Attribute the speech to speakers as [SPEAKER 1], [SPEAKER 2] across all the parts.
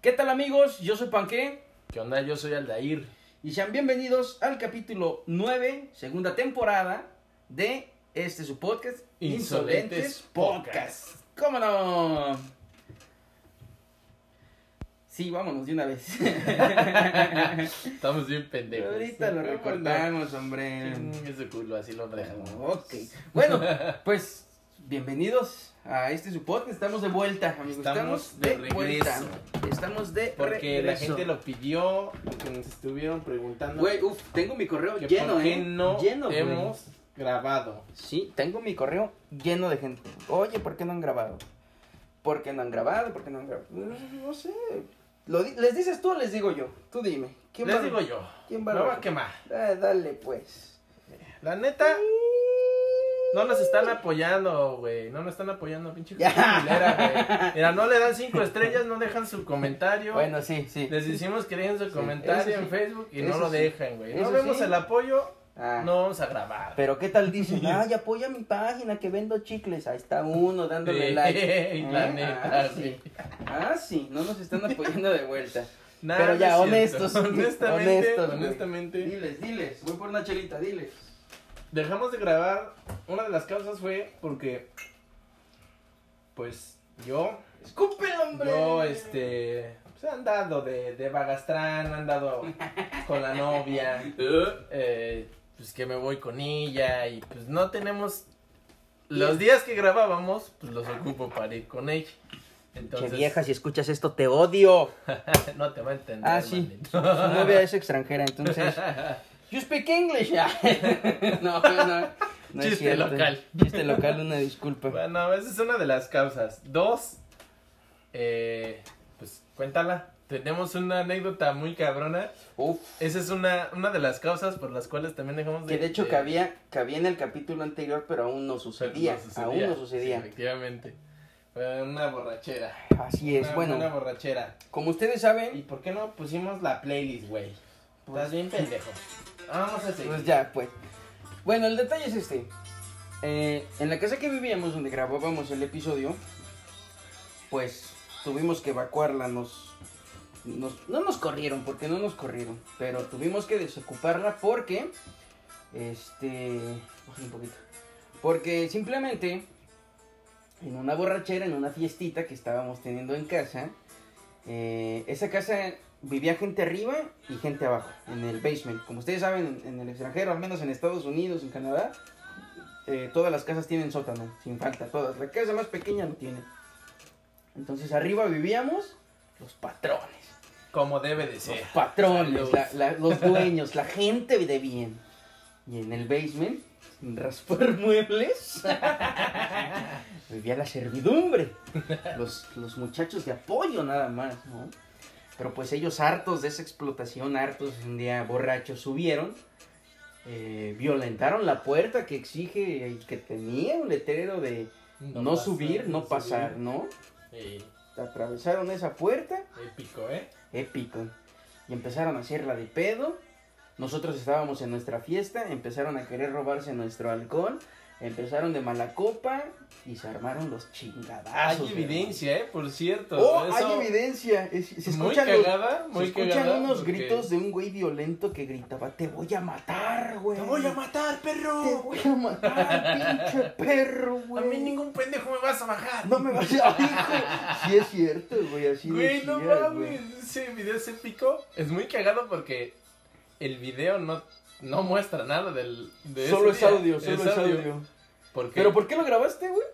[SPEAKER 1] ¿Qué tal amigos? Yo soy Panqué
[SPEAKER 2] ¿Qué onda? Yo soy Aldair.
[SPEAKER 1] y sean bienvenidos al capítulo 9, segunda temporada de este su podcast,
[SPEAKER 2] Insolentes Podcast.
[SPEAKER 1] ¿Cómo no? Sí, vámonos de una vez.
[SPEAKER 2] Estamos bien pendejos.
[SPEAKER 1] Ahorita lo recortamos, hombre.
[SPEAKER 2] Es su culo, así lo dejamos.
[SPEAKER 1] Ok. Bueno, pues bienvenidos a este su podcast. Estamos de vuelta, amigos.
[SPEAKER 2] Estamos de regreso.
[SPEAKER 1] vuelta. Estamos de
[SPEAKER 2] Porque la
[SPEAKER 1] regreso.
[SPEAKER 2] gente lo pidió, porque nos estuvieron preguntando
[SPEAKER 1] Güey, uf, tengo mi correo
[SPEAKER 2] que
[SPEAKER 1] lleno,
[SPEAKER 2] por qué
[SPEAKER 1] ¿eh?
[SPEAKER 2] no
[SPEAKER 1] lleno, güey.
[SPEAKER 2] hemos grabado.
[SPEAKER 1] Sí, tengo mi correo lleno de gente. Oye, ¿por qué no han grabado? ¿Por qué no han grabado? ¿Por qué no han grabado? Mm, No sé. Lo di- ¿Les dices tú o les digo yo? Tú dime. ¿Quién
[SPEAKER 2] Les
[SPEAKER 1] va-
[SPEAKER 2] digo yo,
[SPEAKER 1] ¿Quién va
[SPEAKER 2] no va
[SPEAKER 1] a
[SPEAKER 2] a quemar.
[SPEAKER 1] Ah, dale, pues.
[SPEAKER 2] La neta, no nos están apoyando, güey. No nos están apoyando, pinche
[SPEAKER 1] Ya.
[SPEAKER 2] culera, güey. Mira, no le dan cinco estrellas, no dejan su comentario.
[SPEAKER 1] Bueno, sí, sí.
[SPEAKER 2] Les decimos que dejen su comentario
[SPEAKER 1] eso sí.
[SPEAKER 2] en Facebook y
[SPEAKER 1] Eso
[SPEAKER 2] no lo
[SPEAKER 1] sí.
[SPEAKER 2] dejan, güey. No
[SPEAKER 1] Eso
[SPEAKER 2] vemos
[SPEAKER 1] sí.
[SPEAKER 2] el apoyo,
[SPEAKER 1] Ah,
[SPEAKER 2] no vamos a grabar.
[SPEAKER 1] Pero ¿qué tal dicen? Ay, apoya mi página que vendo chicles. Ahí está uno dándole
[SPEAKER 2] Sí,
[SPEAKER 1] like.
[SPEAKER 2] la
[SPEAKER 1] ¿Eh?
[SPEAKER 2] neta,
[SPEAKER 1] ah,
[SPEAKER 2] güey.
[SPEAKER 1] sí. Ah, sí, no nos están apoyando de vuelta.
[SPEAKER 2] Nah,
[SPEAKER 1] Pero
[SPEAKER 2] no
[SPEAKER 1] ya,
[SPEAKER 2] es cierto.
[SPEAKER 1] honestos.
[SPEAKER 2] Honestamente,
[SPEAKER 1] Honestos, güey.
[SPEAKER 2] honestamente.
[SPEAKER 1] Diles, diles. Voy por una chelita, diles.
[SPEAKER 2] Dejamos de grabar. Una de las causas fue porque. Pues yo.
[SPEAKER 1] Escupe, hombre.
[SPEAKER 2] Yo, este. Pues he andado de, de bagastrán, he andado con la novia. eh, pues que me voy con ella y pues no tenemos. Los días que grabábamos, pues los ocupo para ir con ella. Entonces,
[SPEAKER 1] Che vieja, si escuchas esto, te odio.
[SPEAKER 2] no te va a entender.
[SPEAKER 1] Ah, sí. Su
[SPEAKER 2] manito.
[SPEAKER 1] novia es extranjera, entonces. You speak English. Ah, no, no. no es
[SPEAKER 2] Chiste
[SPEAKER 1] cierto.
[SPEAKER 2] local.
[SPEAKER 1] Chiste local, una disculpa.
[SPEAKER 2] Bueno, esa es una de las causas. Dos, eh, pues cuéntala. Tenemos una anécdota muy cabrona.
[SPEAKER 1] Uf.
[SPEAKER 2] Esa es una, una de las causas por las cuales también dejamos de...
[SPEAKER 1] Que de hecho cabía, cabía en el capítulo anterior, pero aún no sucedía.
[SPEAKER 2] no sucedía.
[SPEAKER 1] Aún no
[SPEAKER 2] Sí,
[SPEAKER 1] sucedía.
[SPEAKER 2] efectivamente. Fue una borrachera.
[SPEAKER 1] Así es.
[SPEAKER 2] Una- Una
[SPEAKER 1] Bueno,
[SPEAKER 2] borrachera.
[SPEAKER 1] como ustedes
[SPEAKER 2] ¿Y
[SPEAKER 1] saben,
[SPEAKER 2] por qué no pusimos la playlist, güey? Estás
[SPEAKER 1] pues,
[SPEAKER 2] bien pendejo. Vamos a seguir.
[SPEAKER 1] pues ya, pues. Bueno, el detalle es este. Eh, en la casa que vivíamos, donde grabábamos el episodio, pues tuvimos que evacuarla. Nos, nos- no nos corrieron, porque no nos corrieron, pero tuvimos que desocuparla porque, este, bájale un poquito, porque simplemente en una borrachera, en una fiestita que estábamos teniendo en casa, eh, esa casa vivía gente arriba y gente abajo, en el basement. Como ustedes saben, en, en el extranjero, al menos en Estados Unidos, en Canadá, eh, todas las casas tienen sótano, sin falta, todas. La casa más pequeña no tiene. Entonces arriba vivíamos los patrones.
[SPEAKER 2] Como debe de
[SPEAKER 1] Los
[SPEAKER 2] ser.
[SPEAKER 1] patrones,
[SPEAKER 2] Salud.
[SPEAKER 1] la- la- los dueños, la gente de bien. Y en el basement, sin raspar muebles, vivía la servidumbre. Los, los muchachos de apoyo nada más, ¿no? Pero pues ellos hartos de esa explotación, hartos un día borrachos, subieron, eh, violentaron la puerta que exige el que tenía un letrero de no,
[SPEAKER 2] pasar,
[SPEAKER 1] subir, no
[SPEAKER 2] subir.
[SPEAKER 1] pasar, ¿no?
[SPEAKER 2] Sí,
[SPEAKER 1] Atravesaron esa puerta
[SPEAKER 2] épico, ¿eh?
[SPEAKER 1] épico. Y empezaron a hacerla de pedo. Nosotros estábamos en nuestra fiesta, empezaron a querer robarse nuestro alcohol, empezaron de mala copa y se armaron los
[SPEAKER 2] Hay
[SPEAKER 1] chingadazos.
[SPEAKER 2] evidencia, ¿eh? Por cierto.
[SPEAKER 1] hermano. Ah, Oh,
[SPEAKER 2] eso-
[SPEAKER 1] hay evidencia. Es- se
[SPEAKER 2] muy
[SPEAKER 1] escuchan, los-
[SPEAKER 2] cagada,
[SPEAKER 1] se
[SPEAKER 2] muy
[SPEAKER 1] escuchan
[SPEAKER 2] cagada.
[SPEAKER 1] unos
[SPEAKER 2] porque-
[SPEAKER 1] gritos de un güey violento que gritaba, te voy a matar, güey.
[SPEAKER 2] ¡Te voy a matar, perro!
[SPEAKER 1] Te voy a matar, pinche perro,
[SPEAKER 2] A
[SPEAKER 1] güey.
[SPEAKER 2] mí ningún pendejo me vas a bajar.
[SPEAKER 1] No me vas a... Hijo, Sí es cierto, güey, así
[SPEAKER 2] Güey, no
[SPEAKER 1] decía, güey.
[SPEAKER 2] mames. Ese video es épico. Es muy cagado porque el video no, no muestra nada del. de ese
[SPEAKER 1] Solo es
[SPEAKER 2] día.
[SPEAKER 1] audio, solo es audio.
[SPEAKER 2] Porque,
[SPEAKER 1] ¿Pero por qué lo grabaste, güey?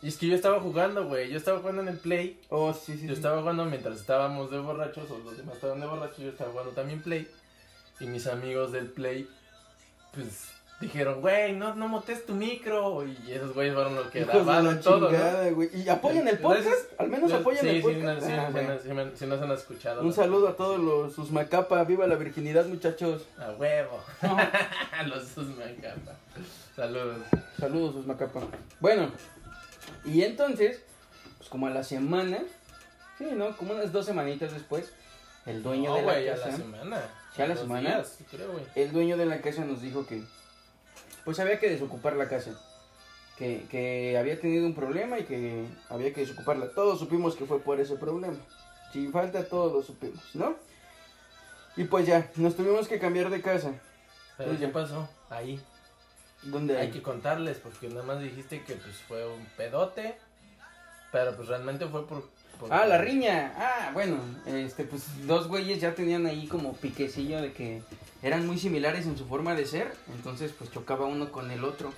[SPEAKER 2] y es que yo estaba jugando, güey. Yo estaba jugando en el Play.
[SPEAKER 1] Oh, sí, sí.
[SPEAKER 2] Yo
[SPEAKER 1] sí.
[SPEAKER 2] estaba jugando mientras estábamos de borrachos, o los demás estaban de borrachos, yo estaba jugando también Play. Y mis amigos del Play, pues, dijeron, güey, no, no motes tu micro. Y esos güeyes fueron los que
[SPEAKER 1] Hijos de la
[SPEAKER 2] grabaron todo, ¿no?
[SPEAKER 1] chingada, güey. Y apoyen el podcast,
[SPEAKER 2] Entonces,
[SPEAKER 1] al menos apoyen
[SPEAKER 2] sí,
[SPEAKER 1] el
[SPEAKER 2] sí, no,
[SPEAKER 1] podcast.
[SPEAKER 2] sí,
[SPEAKER 1] Ah,
[SPEAKER 2] sí,
[SPEAKER 1] güey.
[SPEAKER 2] no, sí, me- sí nos han escuchado.
[SPEAKER 1] Un
[SPEAKER 2] ¿no?
[SPEAKER 1] saludo a todos los sus macapa, viva la virginidad, muchachos.
[SPEAKER 2] A huevo. los sus me encanta. Saludos.
[SPEAKER 1] Saludos sus macapa. Bueno, y entonces, pues como a la semana, sí, ¿no? Como unas dos semanitas después, el dueño
[SPEAKER 2] No,
[SPEAKER 1] de la
[SPEAKER 2] güey, a
[SPEAKER 1] casa,
[SPEAKER 2] la semana.
[SPEAKER 1] Sí, a la
[SPEAKER 2] Dos
[SPEAKER 1] semana. Pues
[SPEAKER 2] días, creo, güey.
[SPEAKER 1] el dueño de la casa nos dijo que, pues había que desocupar la casa. Que, que había tenido un problema y que había que desocuparla. Todos supimos que fue por ese problema. Sin falta todo lo supimos, ¿no? Y pues ya, nos tuvimos que cambiar de casa.
[SPEAKER 2] Pero ¿qué pasó? Ahí.
[SPEAKER 1] ¿Dónde?
[SPEAKER 2] Hay que contarles, porque nada más dijiste que pues fue un pedote. Pero pues realmente fue por. por-
[SPEAKER 1] Ah, la riña. Ah, bueno, este, pues dos güeyes ya tenían ahí como piquecillo de que eran muy similares en su forma de ser, entonces pues chocaba uno con el otro.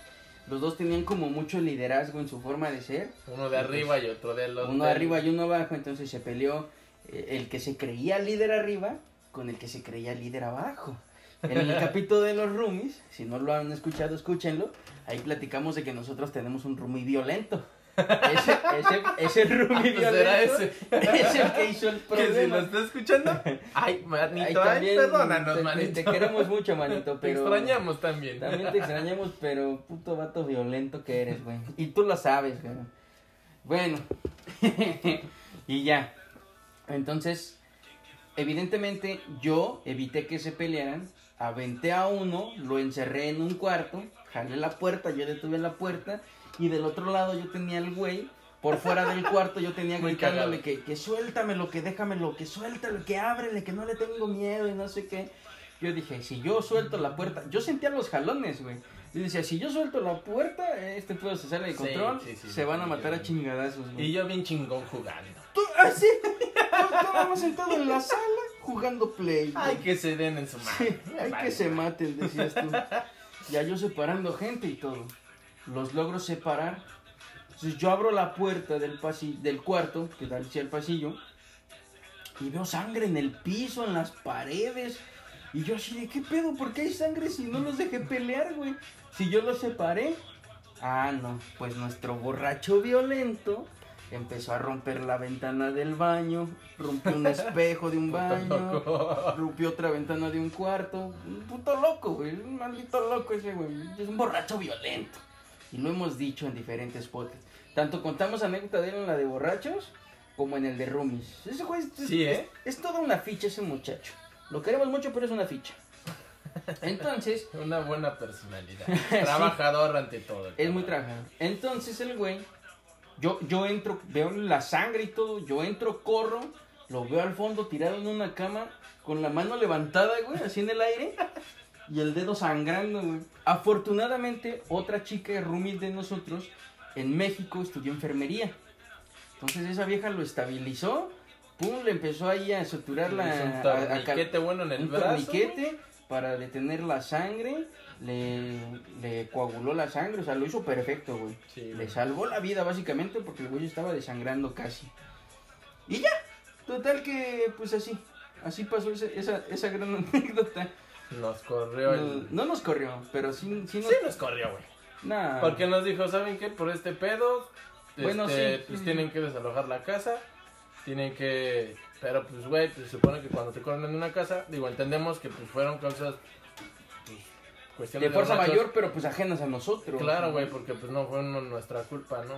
[SPEAKER 1] Los dos tenían como mucho liderazgo en su forma de ser,
[SPEAKER 2] Uno de arriba y otro del otro.
[SPEAKER 1] uno arriba y uno abajo, entonces se peleó eh, el que se creía líder arriba con el que se creía líder abajo. En el capítulo de los roomies, si no lo han escuchado, escúchenlo, ahí platicamos de que nosotros tenemos un roomie violento. Ese, ese, ese roomie
[SPEAKER 2] Pues
[SPEAKER 1] violento
[SPEAKER 2] era ese.
[SPEAKER 1] es el que hizo el
[SPEAKER 2] Que si lo
[SPEAKER 1] problema.
[SPEAKER 2] está escuchando. Ay, manito,
[SPEAKER 1] Ay,
[SPEAKER 2] ay,
[SPEAKER 1] también
[SPEAKER 2] perdónanos,
[SPEAKER 1] te- te-
[SPEAKER 2] manito.
[SPEAKER 1] Te queremos mucho, manito,
[SPEAKER 2] Te
[SPEAKER 1] pero...
[SPEAKER 2] extrañamos también.
[SPEAKER 1] También te extrañamos, pero puto vato violento que eres, güey. Y tú lo sabes, güey. Bueno. y ya. Entonces, evidentemente yo evité que se pelearan. Aventé a uno, lo encerré en un cuarto, jalé la puerta, yo detuve la puerta. Y del otro lado yo tenía al güey. Por fuera del cuarto yo tenía
[SPEAKER 2] Muy
[SPEAKER 1] gritándole
[SPEAKER 2] cagado.
[SPEAKER 1] que, que suéltamelo, que déjamelo, que suéltalo, que ábrele, que no le tengo miedo y no sé qué. Yo dije, si yo suelto la puerta, yo sentía los jalones, güey. Yo decía, si yo suelto la puerta, este puedo se sale de
[SPEAKER 2] Sí,
[SPEAKER 1] control,
[SPEAKER 2] sí, sí,
[SPEAKER 1] se van a matar a
[SPEAKER 2] yo-
[SPEAKER 1] chingadazos, güey.
[SPEAKER 2] Y yo bien chingón jugando.
[SPEAKER 1] Tú, así, estábamos sentados en la sala jugando play. güey.
[SPEAKER 2] Ay, que se den en su mano.
[SPEAKER 1] Sí,
[SPEAKER 2] Me
[SPEAKER 1] hay
[SPEAKER 2] vale,
[SPEAKER 1] que se
[SPEAKER 2] madre.
[SPEAKER 1] maten, decías tú. Ya yo separando gente y todo. Los logro separar. Entonces yo abro la puerta del, pasi- del cuarto, que da hacia el pasillo, y veo sangre en el piso, en las paredes. Y yo así de, ¿qué pedo? ¿Por qué hay sangre si no los dejé pelear, güey? Si yo los separé. Ah, no, pues nuestro borracho violento empezó a romper la ventana del baño, rompió un espejo de un
[SPEAKER 2] Puto
[SPEAKER 1] baño,
[SPEAKER 2] loco.
[SPEAKER 1] rompió otra ventana de un cuarto. Un puto loco, güey. Un maldito loco ese, güey. Es un borracho violento. Y lo hemos dicho en diferentes podcasts. Tanto contamos anécdota de él en la de borrachos como en el de roomies. Ese güey es,
[SPEAKER 2] Sí,
[SPEAKER 1] es-
[SPEAKER 2] ¿eh?
[SPEAKER 1] es toda una ficha ese muchacho. Lo queremos mucho, pero es una ficha. Entonces,
[SPEAKER 2] Una buena personalidad. Trabajador ante todo. el
[SPEAKER 1] es muy
[SPEAKER 2] cabrón.
[SPEAKER 1] trabajador. Entonces el güey, yo, yo entro, veo la sangre y todo, yo entro, corro, lo veo al fondo tirado en una cama, con la mano levantada, güey, así en el aire, y el dedo sangrando, güey. Afortunadamente, otra chica roomies de nosotros en México estudió enfermería. Entonces esa vieja lo estabilizó, pum, le empezó ahí a suturar la...
[SPEAKER 2] Hizo un
[SPEAKER 1] a- a cal-
[SPEAKER 2] torniquete bueno en el
[SPEAKER 1] un
[SPEAKER 2] brazo.
[SPEAKER 1] torniquete para detener la sangre, le, le coaguló la sangre, o sea, lo hizo perfecto, güey.
[SPEAKER 2] Sí,
[SPEAKER 1] Le
[SPEAKER 2] güey.
[SPEAKER 1] salvó la vida básicamente porque el güey estaba desangrando casi. Y ya, total que pues así, así pasó ese- esa, esa gran anécdota.
[SPEAKER 2] Nos corrió
[SPEAKER 1] No,
[SPEAKER 2] el.
[SPEAKER 1] no nos corrió, pero sí, sí nos...
[SPEAKER 2] Sí, nos corrió, güey.
[SPEAKER 1] nah.
[SPEAKER 2] Porque nos dijo, ¿saben qué? Por este pedo,
[SPEAKER 1] Ah. Bueno,
[SPEAKER 2] este,
[SPEAKER 1] sí.
[SPEAKER 2] pues tienen que desalojar la casa, tienen que... Pero pues, güey, pues supone que cuando te corren en una casa, digo, entendemos que pues fueron causas, pues,
[SPEAKER 1] de
[SPEAKER 2] cuestiones
[SPEAKER 1] fuerza
[SPEAKER 2] borrachos.
[SPEAKER 1] mayor, pero pues ajenas a nosotros.
[SPEAKER 2] Claro, güey, porque pues no fue no- nuestra culpa, ¿no?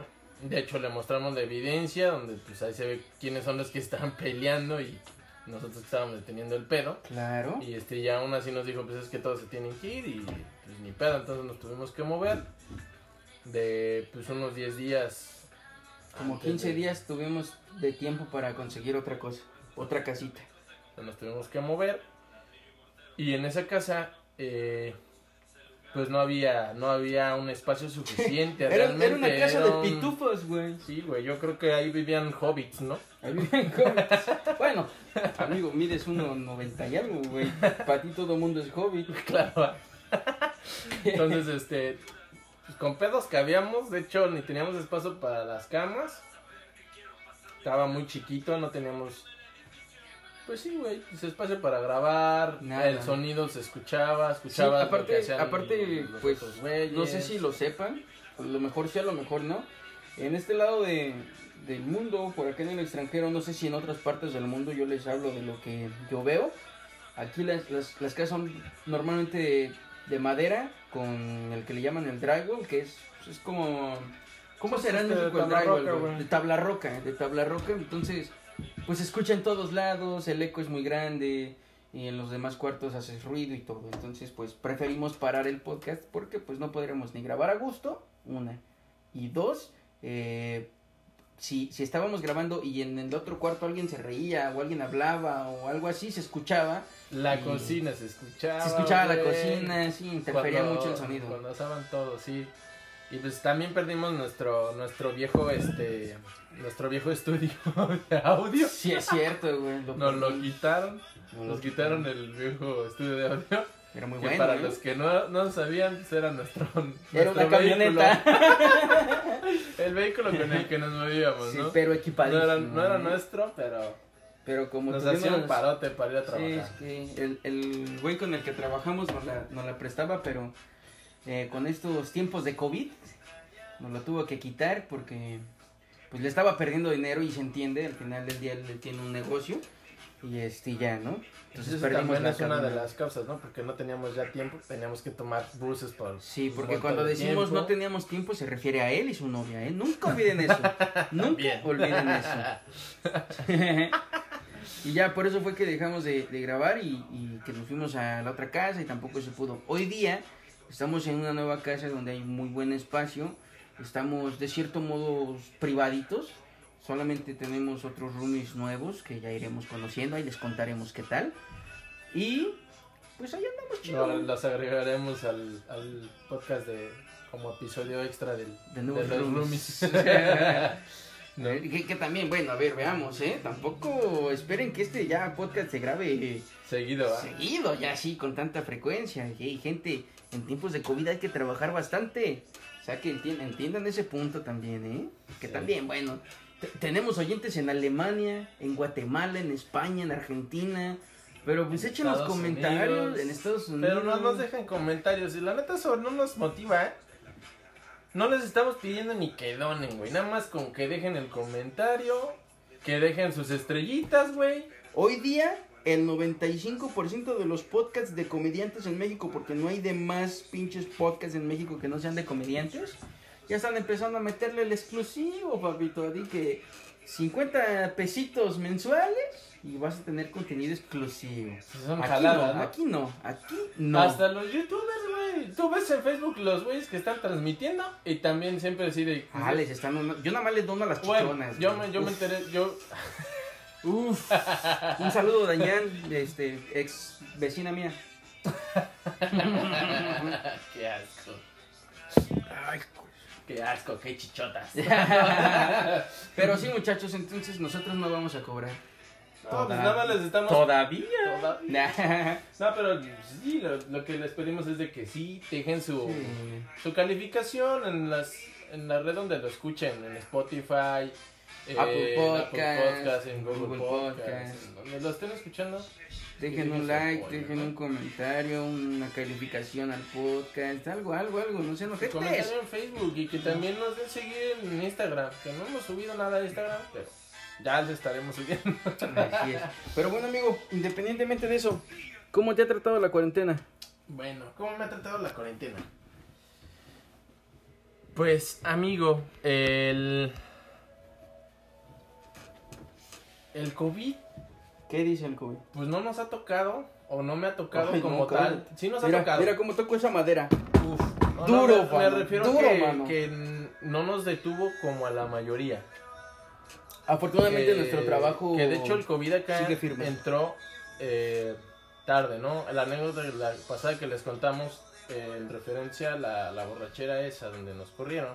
[SPEAKER 2] De hecho, le mostramos la evidencia, donde pues ahí se ve quiénes son los que estaban peleando y nosotros que estábamos deteniendo el pedo.
[SPEAKER 1] Claro.
[SPEAKER 2] Y este ya aún así nos dijo, pues es que todos se tienen que ir y pues ni pedo, entonces nos tuvimos que mover de pues unos 10 días.
[SPEAKER 1] Como
[SPEAKER 2] antes
[SPEAKER 1] 15
[SPEAKER 2] de-
[SPEAKER 1] días tuvimos de tiempo para conseguir otra cosa, otra casita.
[SPEAKER 2] Nos tuvimos que mover y en esa casa eh, pues no había no había un espacio suficiente
[SPEAKER 1] Era, era
[SPEAKER 2] realmente.
[SPEAKER 1] una casa
[SPEAKER 2] era un-
[SPEAKER 1] de pitufos, güey.
[SPEAKER 2] Sí, güey, yo creo que ahí vivían hobbits, ¿no?
[SPEAKER 1] Ahí viven hobbits. bueno, amigo, mides 1.90 y algo, güey. Para ti todo mundo es hobbit.
[SPEAKER 2] Pues, Claro. Entonces, este, pues, con pedos que habíamos, de hecho, ni teníamos espacio para las camas. Estaba muy chiquito, no teníamos. Pues sí, güey, pues, espacio para grabar.
[SPEAKER 1] Nada.
[SPEAKER 2] El sonido se escuchaba,
[SPEAKER 1] Sí,
[SPEAKER 2] escuchaba. lo que
[SPEAKER 1] aparte,
[SPEAKER 2] hacían
[SPEAKER 1] aparte
[SPEAKER 2] los
[SPEAKER 1] pues,
[SPEAKER 2] otros güeyes.
[SPEAKER 1] no sé si lo sepan, a lo mejor sí, a lo mejor no. En este lado de, del mundo, por acá en el extranjero, no sé si en otras partes del mundo yo les hablo de lo que yo veo. Aquí las, las, las casas son normalmente de, de madera, con el que le llaman el drywall, que es, pues, es como... ¿Cómo
[SPEAKER 2] Pues
[SPEAKER 1] será en
[SPEAKER 2] este,
[SPEAKER 1] México el
[SPEAKER 2] tabla
[SPEAKER 1] drywall?
[SPEAKER 2] roca,
[SPEAKER 1] güey?
[SPEAKER 2] güey.
[SPEAKER 1] de tabla roca, de tabla roca, entonces... Pues se escucha en todos lados, el eco es muy grande y en los demás cuartos haces ruido y todo. Entonces, pues preferimos parar el podcast porque pues no podríamos ni grabar a gusto, una. Y dos, eh, si, si estábamos grabando y en el otro cuarto alguien se reía o alguien hablaba o algo así, se escuchaba.
[SPEAKER 2] La
[SPEAKER 1] Y-
[SPEAKER 2] cocina se escuchaba.
[SPEAKER 1] Se escuchaba la
[SPEAKER 2] güey.
[SPEAKER 1] cocina, sí, interfería
[SPEAKER 2] Cuando-
[SPEAKER 1] mucho el sonido.
[SPEAKER 2] Cuando estaban todos, sí. Y pues también perdimos nuestro nuestro viejo este nuestro viejo estudio de audio.
[SPEAKER 1] Sí, es cierto, güey. lo
[SPEAKER 2] Nos lo
[SPEAKER 1] perdí.
[SPEAKER 2] quitaron,
[SPEAKER 1] Nos
[SPEAKER 2] nos
[SPEAKER 1] lo
[SPEAKER 2] quitaron el viejo estudio de audio.
[SPEAKER 1] Era
[SPEAKER 2] Que
[SPEAKER 1] muy bueno.
[SPEAKER 2] para
[SPEAKER 1] ¿eh?
[SPEAKER 2] los que no, no sabían, pues era nuestro.
[SPEAKER 1] Era una
[SPEAKER 2] nuestro
[SPEAKER 1] camioneta.
[SPEAKER 2] vehículo. el vehículo con el que nos movíamos,
[SPEAKER 1] Sí,
[SPEAKER 2] pues, ¿no?
[SPEAKER 1] pero
[SPEAKER 2] No
[SPEAKER 1] equipadísimo.
[SPEAKER 2] era, no era
[SPEAKER 1] ¿eh?
[SPEAKER 2] nuestro, pero
[SPEAKER 1] Pero como
[SPEAKER 2] nos
[SPEAKER 1] tuvimos-
[SPEAKER 2] hacían un parote para ir a
[SPEAKER 1] Sí, es
[SPEAKER 2] trabajar.
[SPEAKER 1] que el, el güey con el que trabajamos nos la, nos la prestaba, pero eh, con estos tiempos de COVID nos lo tuvo que quitar porque pues le estaba perdiendo dinero y se entiende, al final del día él tiene un negocio y este ya, ¿no?
[SPEAKER 2] Entonces,
[SPEAKER 1] Entonces perdimos
[SPEAKER 2] también
[SPEAKER 1] la
[SPEAKER 2] es una de
[SPEAKER 1] cabina.
[SPEAKER 2] las causas, ¿no? Porque no teníamos ya tiempo, teníamos que tomar buses por.
[SPEAKER 1] Sí,
[SPEAKER 2] un
[SPEAKER 1] porque
[SPEAKER 2] montón
[SPEAKER 1] cuando
[SPEAKER 2] de
[SPEAKER 1] decimos
[SPEAKER 2] Pues tiempo.
[SPEAKER 1] no teníamos tiempo se refiere a él y su novia, ¿eh? Nunca olviden eso. Nunca
[SPEAKER 2] También.
[SPEAKER 1] olviden eso. y ya por eso fue que dejamos de, de grabar y, y que nos fuimos a la otra casa y tampoco se pudo. Hoy día estamos en una nueva casa donde hay muy buen espacio. Estamos de cierto modo privaditos. Solamente tenemos otros roomies nuevos que ya iremos conociendo. Ahí les contaremos qué tal. Y pues ahí andamos chido.
[SPEAKER 2] Ahora las agregaremos al, al podcast de como episodio extra del,
[SPEAKER 1] De nuevos
[SPEAKER 2] de los
[SPEAKER 1] roomies.
[SPEAKER 2] roomies. ¿No?
[SPEAKER 1] Que, que también, bueno, a ver, veamos, ¿eh? Tampoco esperen que este ya podcast se grabe eh,
[SPEAKER 2] Seguido, ¿ah?
[SPEAKER 1] seguido, ya así, con tanta frecuencia. Y hay gente, en tiempos de COVID hay que trabajar bastante. O sea, que entien- entiendan ese punto también, ¿eh? Que
[SPEAKER 2] Sí.
[SPEAKER 1] también, bueno, te- tenemos oyentes en Alemania, en Guatemala, en España, en Argentina. Pero pues echen los
[SPEAKER 2] Estados
[SPEAKER 1] comentarios
[SPEAKER 2] Unidos.
[SPEAKER 1] en Estados Unidos.
[SPEAKER 2] Pero no nos dejan comentarios. Y la neta, eso no nos motiva, ¿eh? No les estamos pidiendo ni que donen, güey. Nada más con que dejen el comentario. Que dejen sus estrellitas, güey.
[SPEAKER 1] Hoy día, el 95% de los podcasts de comediantes en México, porque no hay demás pinches podcasts en México que no sean de comediantes, ya están empezando a meterle el exclusivo, papito. Di que 50 pesitos mensuales y vas a tener contenido exclusivo.
[SPEAKER 2] Son
[SPEAKER 1] Aquí no,
[SPEAKER 2] jaladas, ¿no?
[SPEAKER 1] aquí no, aquí no.
[SPEAKER 2] Hasta los youtubers, güey. Tú ves en Facebook los güeyes que están transmitiendo y también siempre así de.
[SPEAKER 1] Ah, les están dando- Yo nada más les dono a las
[SPEAKER 2] bueno,
[SPEAKER 1] chichonas.
[SPEAKER 2] yo
[SPEAKER 1] güey.
[SPEAKER 2] me, yo me
[SPEAKER 1] Uf,
[SPEAKER 2] enteré, yo,
[SPEAKER 1] Uf. Un saludo, Dañán, este, ex vecina mía.
[SPEAKER 2] qué asco, qué asco, qué chichotas.
[SPEAKER 1] Pero sí, muchachos, entonces nosotros no vamos a cobrar.
[SPEAKER 2] No, pues nada más les estamos.
[SPEAKER 1] ¿Todavía?
[SPEAKER 2] Toda-
[SPEAKER 1] Nah.
[SPEAKER 2] No, pero sí, lo, lo que les pedimos es de que sí dejen su,
[SPEAKER 1] Sí.
[SPEAKER 2] su calificación en las en la red donde lo escuchen, en Spotify, eh,
[SPEAKER 1] Apple
[SPEAKER 2] en
[SPEAKER 1] Podcast,
[SPEAKER 2] Podcast, en Google,
[SPEAKER 1] Google
[SPEAKER 2] Podcast,
[SPEAKER 1] Podcast.
[SPEAKER 2] en donde lo estén escuchando.
[SPEAKER 1] Dejen
[SPEAKER 2] Dejen
[SPEAKER 1] un
[SPEAKER 2] su
[SPEAKER 1] like,
[SPEAKER 2] apoyo,
[SPEAKER 1] dejen
[SPEAKER 2] ¿no?
[SPEAKER 1] un comentario, una calificación al podcast, algo, algo, algo, no sean ojetes.
[SPEAKER 2] Comenten en Facebook y que también nos den seguir en Instagram, que no hemos subido nada de Instagram, pero ya les estaremos subiendo.
[SPEAKER 1] Así es. Pero bueno, amigo, independientemente de eso, ¿cómo te ha tratado la cuarentena?
[SPEAKER 2] Bueno, ¿cómo me ha tratado la cuarentena? Pues, amigo, el... El COVID,
[SPEAKER 1] ¿Qué dice el COVID?
[SPEAKER 2] pues no nos ha tocado, o no me ha tocado
[SPEAKER 1] Ay,
[SPEAKER 2] como
[SPEAKER 1] no, cabrón.
[SPEAKER 2] tal. Sí nos ha
[SPEAKER 1] mira,
[SPEAKER 2] tocado.
[SPEAKER 1] Mira cómo toco esa madera.
[SPEAKER 2] Uf. No, no,
[SPEAKER 1] Duro,
[SPEAKER 2] me, me
[SPEAKER 1] mano,
[SPEAKER 2] refiero
[SPEAKER 1] duro,
[SPEAKER 2] que,
[SPEAKER 1] mano.
[SPEAKER 2] que n- no nos detuvo como a la mayoría.
[SPEAKER 1] Afortunadamente
[SPEAKER 2] Que-
[SPEAKER 1] nuestro trabajo...
[SPEAKER 2] Que de hecho el COVID acá
[SPEAKER 1] sigue firme.
[SPEAKER 2] entró eh, tarde, ¿no? La anécdota de la pasada que les contamos eh, en referencia a la, la borrachera esa donde nos corrieron.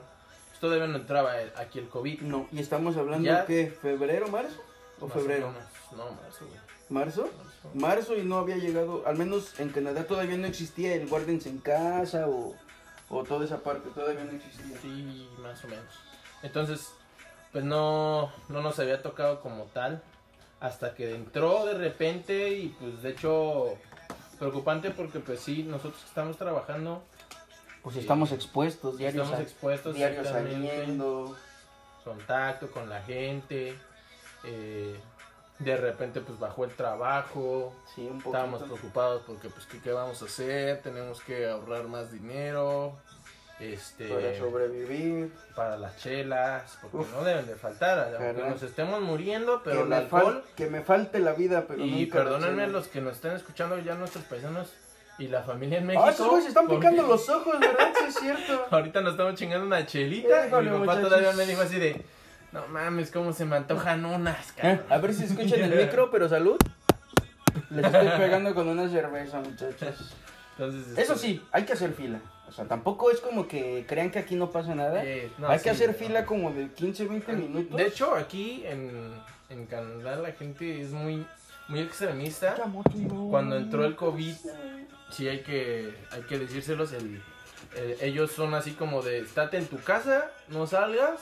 [SPEAKER 2] pues, todavía no entraba el- aquí el COVID.
[SPEAKER 1] No, y estamos hablando
[SPEAKER 2] Ya.
[SPEAKER 1] que febrero, marzo o
[SPEAKER 2] Más
[SPEAKER 1] febrero.
[SPEAKER 2] menos. No, marzo, güey.
[SPEAKER 1] ¿Marzo?
[SPEAKER 2] marzo.
[SPEAKER 1] marzo y no había llegado, al menos en Canadá todavía no existía el guárdense en casa o, o toda esa parte, todavía no existía.
[SPEAKER 2] Sí, más o menos. Entonces, pues no, no nos había tocado como tal. Hasta que entró de repente y pues de hecho preocupante porque pues sí, nosotros que estamos trabajando
[SPEAKER 1] Pues
[SPEAKER 2] Sí.
[SPEAKER 1] estamos expuestos diarios,
[SPEAKER 2] Estamos expuestos
[SPEAKER 1] a- diarios
[SPEAKER 2] exactamente,
[SPEAKER 1] saliendo.
[SPEAKER 2] Contacto con la gente. eh, de repente pues bajó el trabajo.
[SPEAKER 1] Sí, un poquito.
[SPEAKER 2] Estábamos preocupados porque pues ¿qué, qué vamos a hacer. Tenemos que ahorrar más dinero. Este,
[SPEAKER 1] Para sobrevivir.
[SPEAKER 2] para las chelas, porque
[SPEAKER 1] Uf.
[SPEAKER 2] no deben de faltar, aunque
[SPEAKER 1] Caray.
[SPEAKER 2] nos estemos muriendo, pero
[SPEAKER 1] que,
[SPEAKER 2] el
[SPEAKER 1] me fal-
[SPEAKER 2] alcohol,
[SPEAKER 1] que me falte la vida, pero
[SPEAKER 2] y
[SPEAKER 1] nunca la
[SPEAKER 2] perdónenme a
[SPEAKER 1] cena.
[SPEAKER 2] los que nos están escuchando ya nuestros paisanos y la familia en México.
[SPEAKER 1] Ah, esos güeyes se están
[SPEAKER 2] porque
[SPEAKER 1] picando los ojos, ¿verdad? Sí, es cierto.
[SPEAKER 2] Ahorita nos estamos chingando una chelita, y
[SPEAKER 1] Híjole,
[SPEAKER 2] mi papá
[SPEAKER 1] muchachos.
[SPEAKER 2] todavía me dijo así de, No mames, cómo se me antojan unas,
[SPEAKER 1] ¿Eh?
[SPEAKER 2] cabrón.
[SPEAKER 1] A ver si escuchan el micro, pero salud. Les estoy pegando con una cerveza, muchachos.
[SPEAKER 2] Entonces, este,
[SPEAKER 1] Eso sí, hay que hacer fila. O sea, tampoco es como que crean que aquí no pasa nada.
[SPEAKER 2] eh, no,
[SPEAKER 1] hay
[SPEAKER 2] sí,
[SPEAKER 1] que hacer
[SPEAKER 2] no.
[SPEAKER 1] fila este como de 15, 20 minutos.
[SPEAKER 2] De hecho, aquí en, en Canadá la gente es muy, muy extremista. Cuando entró el COVID, sí hay que, hay que decírselos. El, el- ellos son así como de, estate en tu casa, no salgas.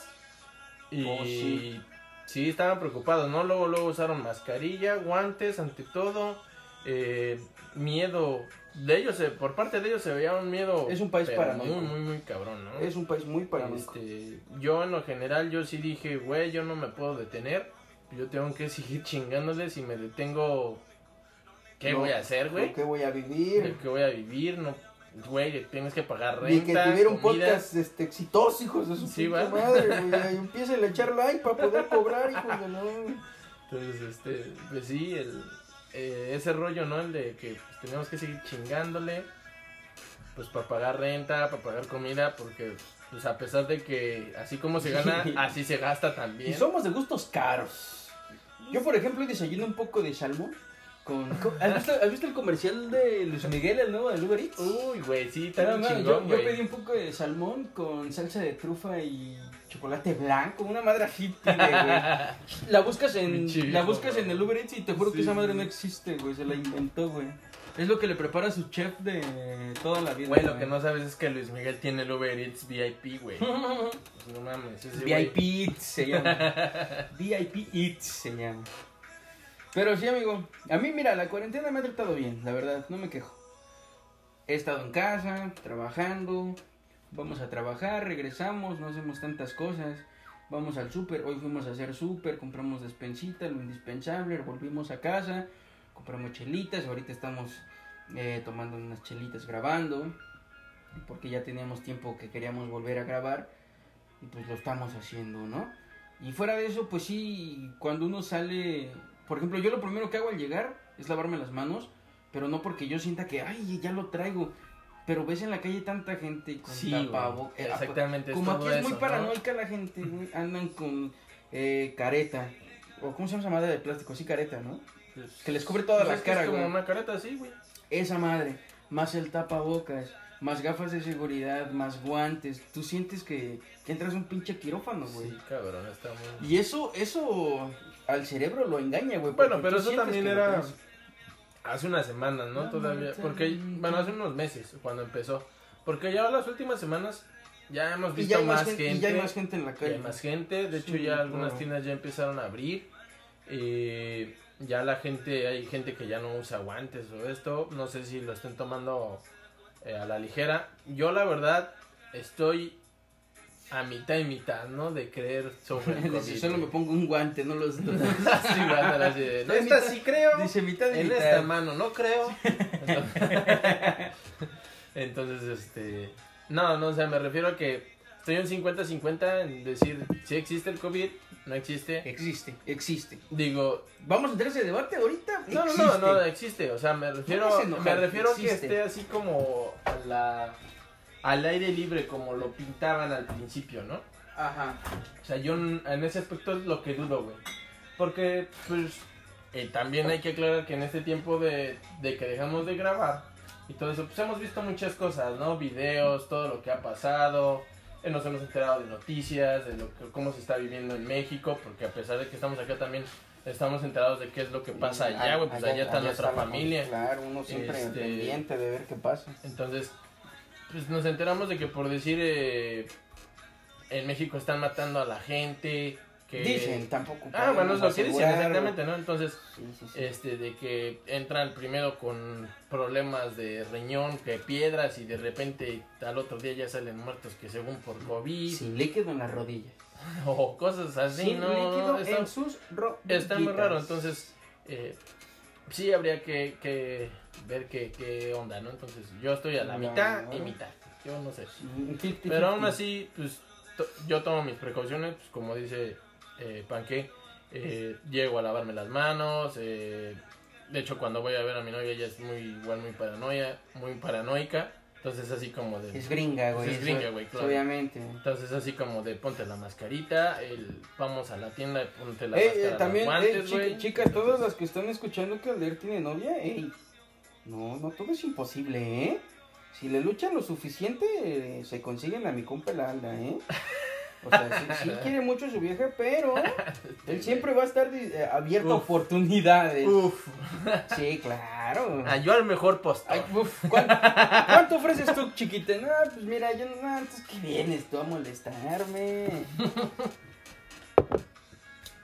[SPEAKER 2] Y
[SPEAKER 1] Oh, sí.
[SPEAKER 2] sí. estaban preocupados, ¿no? Luego, luego usaron mascarilla, guantes, ante todo. eh, miedo. De ellos, se- por parte de ellos se veía un miedo.
[SPEAKER 1] Es un país
[SPEAKER 2] pero
[SPEAKER 1] paranoico.
[SPEAKER 2] Muy, muy, muy cabrón, ¿no?
[SPEAKER 1] Es un país muy paranoico.
[SPEAKER 2] Este, yo en lo general, yo sí dije, güey, yo no me puedo detener. Yo tengo que seguir chingándole. Si me detengo, ¿qué
[SPEAKER 1] No,
[SPEAKER 2] voy a hacer, güey?
[SPEAKER 1] ¿Con qué voy a
[SPEAKER 2] ¿De
[SPEAKER 1] vivir?
[SPEAKER 2] qué voy a vivir? No, güey, tienes que pagar
[SPEAKER 1] Ni
[SPEAKER 2] renta.
[SPEAKER 1] que tuviera un
[SPEAKER 2] comida.
[SPEAKER 1] podcast este, exitoso, hijos de su
[SPEAKER 2] Sí,
[SPEAKER 1] puta
[SPEAKER 2] va.
[SPEAKER 1] madre, güey. Empiecen a echar like para poder cobrar, hijos de la...
[SPEAKER 2] Entonces, este, pues sí, el, eh, ese rollo, ¿no? El de que pues, tenemos que seguir chingándole, pues para pagar renta, para pagar comida, porque, pues a pesar de que así como se gana, así se gasta
[SPEAKER 1] Y
[SPEAKER 2] también.
[SPEAKER 1] somos de gustos caros. Yo, por ejemplo, desayuno un poco de salmón. Con, con- ¿has, visto, has visto el comercial de Luis Miguel, el nuevo de Uber Eats?
[SPEAKER 2] Uy, güey, sí,
[SPEAKER 1] No,
[SPEAKER 2] está bien
[SPEAKER 1] no,
[SPEAKER 2] chingón,
[SPEAKER 1] yo, yo
[SPEAKER 2] güey.
[SPEAKER 1] pedí un poco de salmón con salsa de trufa y chocolate blanco, una madre hippie, güey. La buscas en
[SPEAKER 2] Pinche
[SPEAKER 1] la
[SPEAKER 2] viejo,
[SPEAKER 1] buscas
[SPEAKER 2] güey.
[SPEAKER 1] en el Uber Eats y te juro que
[SPEAKER 2] Sí,
[SPEAKER 1] esa madre
[SPEAKER 2] sí.
[SPEAKER 1] no existe, güey, se la inventó, güey. Es lo que le prepara su chef de toda la vida.
[SPEAKER 2] Güey, lo que no sabes es que Luis Miguel tiene el Uber Eats VIP, güey. Pues no mames, ese güey-
[SPEAKER 1] VIP Eats se llama. VIP Eats se llama. Pero sí, amigo. A mí, mira, la cuarentena me ha tratado bien, la verdad, no me quejo. He estado en casa, trabajando. Vamos a trabajar, regresamos, no hacemos tantas cosas. Vamos al súper, hoy fuimos a hacer súper, compramos despensita, lo indispensable, volvimos a casa, compramos chelitas, ahorita estamos eh, tomando unas chelitas grabando, porque ya teníamos tiempo que queríamos volver a grabar, y pues lo estamos haciendo, ¿no? Y fuera de eso, pues sí, cuando uno sale, por ejemplo, yo lo primero que hago al llegar es lavarme las manos, pero no porque yo sienta que, ay, ya lo traigo, pero ves en la calle tanta gente con
[SPEAKER 2] Sí, güey,
[SPEAKER 1] tapabocas, eh,
[SPEAKER 2] exactamente.
[SPEAKER 1] como aquí
[SPEAKER 2] todo
[SPEAKER 1] es
[SPEAKER 2] eso,
[SPEAKER 1] muy
[SPEAKER 2] ¿no?
[SPEAKER 1] paranoica la gente, güey, andan con eh, careta. ¿O cómo se llama esa madre de plástico? Sí, careta, ¿no?
[SPEAKER 2] Pues,
[SPEAKER 1] Que les cubre toda
[SPEAKER 2] pues
[SPEAKER 1] la
[SPEAKER 2] es que es
[SPEAKER 1] cara,
[SPEAKER 2] como
[SPEAKER 1] güey.
[SPEAKER 2] una careta así, güey.
[SPEAKER 1] Esa madre, más el tapabocas, más gafas de seguridad, más guantes. Tú sientes que, que entras a un pinche quirófano, güey.
[SPEAKER 2] Sí, cabrón, está muy...
[SPEAKER 1] Y eso, eso al cerebro lo engaña, güey.
[SPEAKER 2] Bueno,
[SPEAKER 1] porque tú
[SPEAKER 2] pero eso
[SPEAKER 1] sientes
[SPEAKER 2] también
[SPEAKER 1] que lo
[SPEAKER 2] era
[SPEAKER 1] traes.
[SPEAKER 2] hace unas semanas, ¿no?
[SPEAKER 1] No,
[SPEAKER 2] Todavía,
[SPEAKER 1] manches.
[SPEAKER 2] porque, bueno, hace unos meses cuando empezó. Porque ya las últimas semanas ya hemos
[SPEAKER 1] Y
[SPEAKER 2] visto
[SPEAKER 1] ya, hay
[SPEAKER 2] más
[SPEAKER 1] más gente,
[SPEAKER 2] gente.
[SPEAKER 1] y ya hay más gente en la
[SPEAKER 2] ya
[SPEAKER 1] calle.
[SPEAKER 2] hay más gente, de hecho
[SPEAKER 1] Sí,
[SPEAKER 2] ya algunas
[SPEAKER 1] claro.
[SPEAKER 2] tiendas ya empezaron a abrir. eh, ya la gente, hay gente que ya no usa guantes o esto. No sé si lo estén tomando eh, a la ligera. Yo la verdad estoy a mitad y mitad, ¿no? De creer sobre el
[SPEAKER 1] Dice,
[SPEAKER 2] COVID,
[SPEAKER 1] solo me
[SPEAKER 2] güey".
[SPEAKER 1] pongo un guante, no los dos.
[SPEAKER 2] Sí, güey, ándale, así de, "No,
[SPEAKER 1] En
[SPEAKER 2] esta
[SPEAKER 1] mitad-
[SPEAKER 2] sí creo.
[SPEAKER 1] Dice mitad y
[SPEAKER 2] En
[SPEAKER 1] mitad.
[SPEAKER 2] esta mano, no creo. Entonces, este. No, no, o sea, me refiero a que estoy un 50-50 en decir si existe el COVID, no existe.
[SPEAKER 1] Existe, existe.
[SPEAKER 2] Digo,
[SPEAKER 1] Vamos a entrar a ese debate ahorita.
[SPEAKER 2] no, no, no,
[SPEAKER 1] Existe.
[SPEAKER 2] no, existe. O sea, me refiero,
[SPEAKER 1] No me hagas enojar,
[SPEAKER 2] me refiero a que
[SPEAKER 1] existe.
[SPEAKER 2] esté así como a la, al aire libre, como lo pintaban al principio, ¿no?
[SPEAKER 1] Ajá.
[SPEAKER 2] O sea, yo en en ese aspecto es lo que dudo, güey. Porque, pues, eh, también hay que aclarar que en este tiempo de, de que dejamos de grabar y todo eso, pues hemos visto muchas cosas, ¿no? Videos, todo lo que ha pasado, eh, nos hemos enterado de noticias, de lo que- cómo se está viviendo en México, porque a pesar de que estamos acá también estamos enterados de qué es lo que pasa allá, güey, pues allá, está nuestra
[SPEAKER 1] la
[SPEAKER 2] familia.
[SPEAKER 1] familia, Claro, uno siempre
[SPEAKER 2] Este-
[SPEAKER 1] pendiente de ver qué pasa.
[SPEAKER 2] Entonces, pues nos enteramos de que por decir, eh, en México están matando a la gente, que...
[SPEAKER 1] Dicen, tampoco.
[SPEAKER 2] Ah,
[SPEAKER 1] podemos
[SPEAKER 2] bueno, es lo que dicen,
[SPEAKER 1] asegurar.
[SPEAKER 2] exactamente, ¿no? Entonces,
[SPEAKER 1] Sí, sí, sí.
[SPEAKER 2] este, de que entran primero con problemas de riñón, que piedras, y de repente al otro día ya salen muertos que según por COVID,
[SPEAKER 1] Sin líquido en las rodillas.
[SPEAKER 2] o cosas así,
[SPEAKER 1] Sin líquido
[SPEAKER 2] ¿no? Está,
[SPEAKER 1] en sus rodillas.
[SPEAKER 2] está muy raro, entonces, eh, sí habría que, que ver qué, qué onda, ¿no? Entonces, yo estoy a la
[SPEAKER 1] Ya,
[SPEAKER 2] mitad y
[SPEAKER 1] bueno.
[SPEAKER 2] mitad, yo no sé.
[SPEAKER 1] Fifty,
[SPEAKER 2] Pero aún
[SPEAKER 1] fifty.
[SPEAKER 2] así, pues to- yo tomo mis precauciones, pues, como dice eh, Panque, eh, llego a lavarme las manos. eh, de hecho, cuando voy a ver a mi novia, ella es muy igual, muy paranoia, muy paranoica. Entonces así como de...
[SPEAKER 1] Es gringa, güey.
[SPEAKER 2] Pues es gringa, güey,
[SPEAKER 1] eso-
[SPEAKER 2] claro.
[SPEAKER 1] Obviamente.
[SPEAKER 2] Entonces así como de ponte la mascarita, el vamos a la tienda, ponte la
[SPEAKER 1] Ey, eh,
[SPEAKER 2] máscara, los
[SPEAKER 1] también, eh,
[SPEAKER 2] guantes,
[SPEAKER 1] chica-
[SPEAKER 2] güey.
[SPEAKER 1] chicas, todas las que están escuchando que Alder tiene novia, ey, no, no, todo es imposible, ¿eh? Si le luchan lo suficiente, eh, se consiguen a mi compa el Alda, ¿eh? O sea, sí, sí quiere mucho a su vieja, pero él siempre va a estar di- eh, abierto a
[SPEAKER 2] Uf.
[SPEAKER 1] oportunidades.
[SPEAKER 2] Uf,
[SPEAKER 1] Sí, claro.
[SPEAKER 2] ah, yo al mejor postor.
[SPEAKER 1] Ay, uf, ¿cuán- ¿cuánto, ofreces tú, chiquita? No, pues mira, yo no, entonces que vienes tú a molestarme.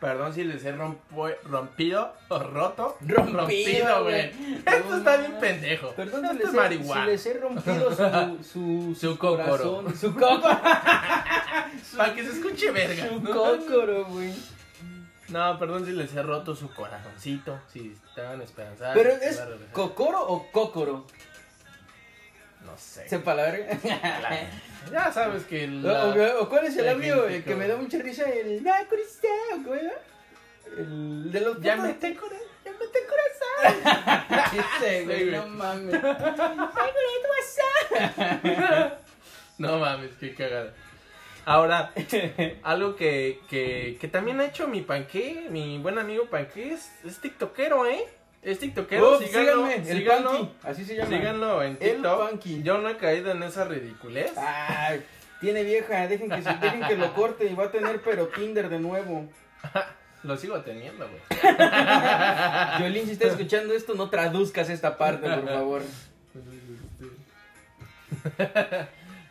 [SPEAKER 2] Perdón si les he rompo- rompido o roto.
[SPEAKER 1] Rompido, güey.
[SPEAKER 2] Esto está bien pendejo.
[SPEAKER 1] Perdón
[SPEAKER 2] Esto
[SPEAKER 1] si les,
[SPEAKER 2] es
[SPEAKER 1] he, si
[SPEAKER 2] marihuana.
[SPEAKER 1] les he rompido su, su,
[SPEAKER 2] Su cócoro.
[SPEAKER 1] corazón, su cócoro,
[SPEAKER 2] Para que se escuche verga.
[SPEAKER 1] su
[SPEAKER 2] ¿no?
[SPEAKER 1] cócoro, güey.
[SPEAKER 2] No, perdón si les he roto su corazoncito. Si estaban esperanzados.
[SPEAKER 1] Pero es cocoro o cócoro,
[SPEAKER 2] No sé.
[SPEAKER 1] sepa la verga.
[SPEAKER 2] La- Ya sabes que la-
[SPEAKER 1] O, o cuál es el
[SPEAKER 2] la
[SPEAKER 1] audio
[SPEAKER 2] gente
[SPEAKER 1] eh, que me da mucha risa, el Macrista, güey. El de los
[SPEAKER 2] Ya
[SPEAKER 1] putos-
[SPEAKER 2] me te cora- ya me te cora-
[SPEAKER 1] Ese,
[SPEAKER 2] Sí,
[SPEAKER 1] güey,
[SPEAKER 2] güey.
[SPEAKER 1] no mames.
[SPEAKER 2] No mames, qué cagada. Ahora, algo que, que, que también ha hecho mi panqué, mi buen amigo panqué, es, es tiktokero, ¿eh? Es tiktokero,
[SPEAKER 1] Uf,
[SPEAKER 2] síganlo,
[SPEAKER 1] síganme, el
[SPEAKER 2] síganlo,
[SPEAKER 1] Panky, así se llama.
[SPEAKER 2] síganlo en
[SPEAKER 1] El Ah.
[SPEAKER 2] TikTok.
[SPEAKER 1] Panky.
[SPEAKER 2] Yo no he caído en esa ridiculez.
[SPEAKER 1] Ay, tiene vieja, dejen que, se- dejen que lo corte y va a tener pero Tinder de nuevo.
[SPEAKER 2] Lo sigo teniendo, güey.
[SPEAKER 1] Violín, si estás escuchando esto, no traduzcas esta parte, por favor.
[SPEAKER 2] este.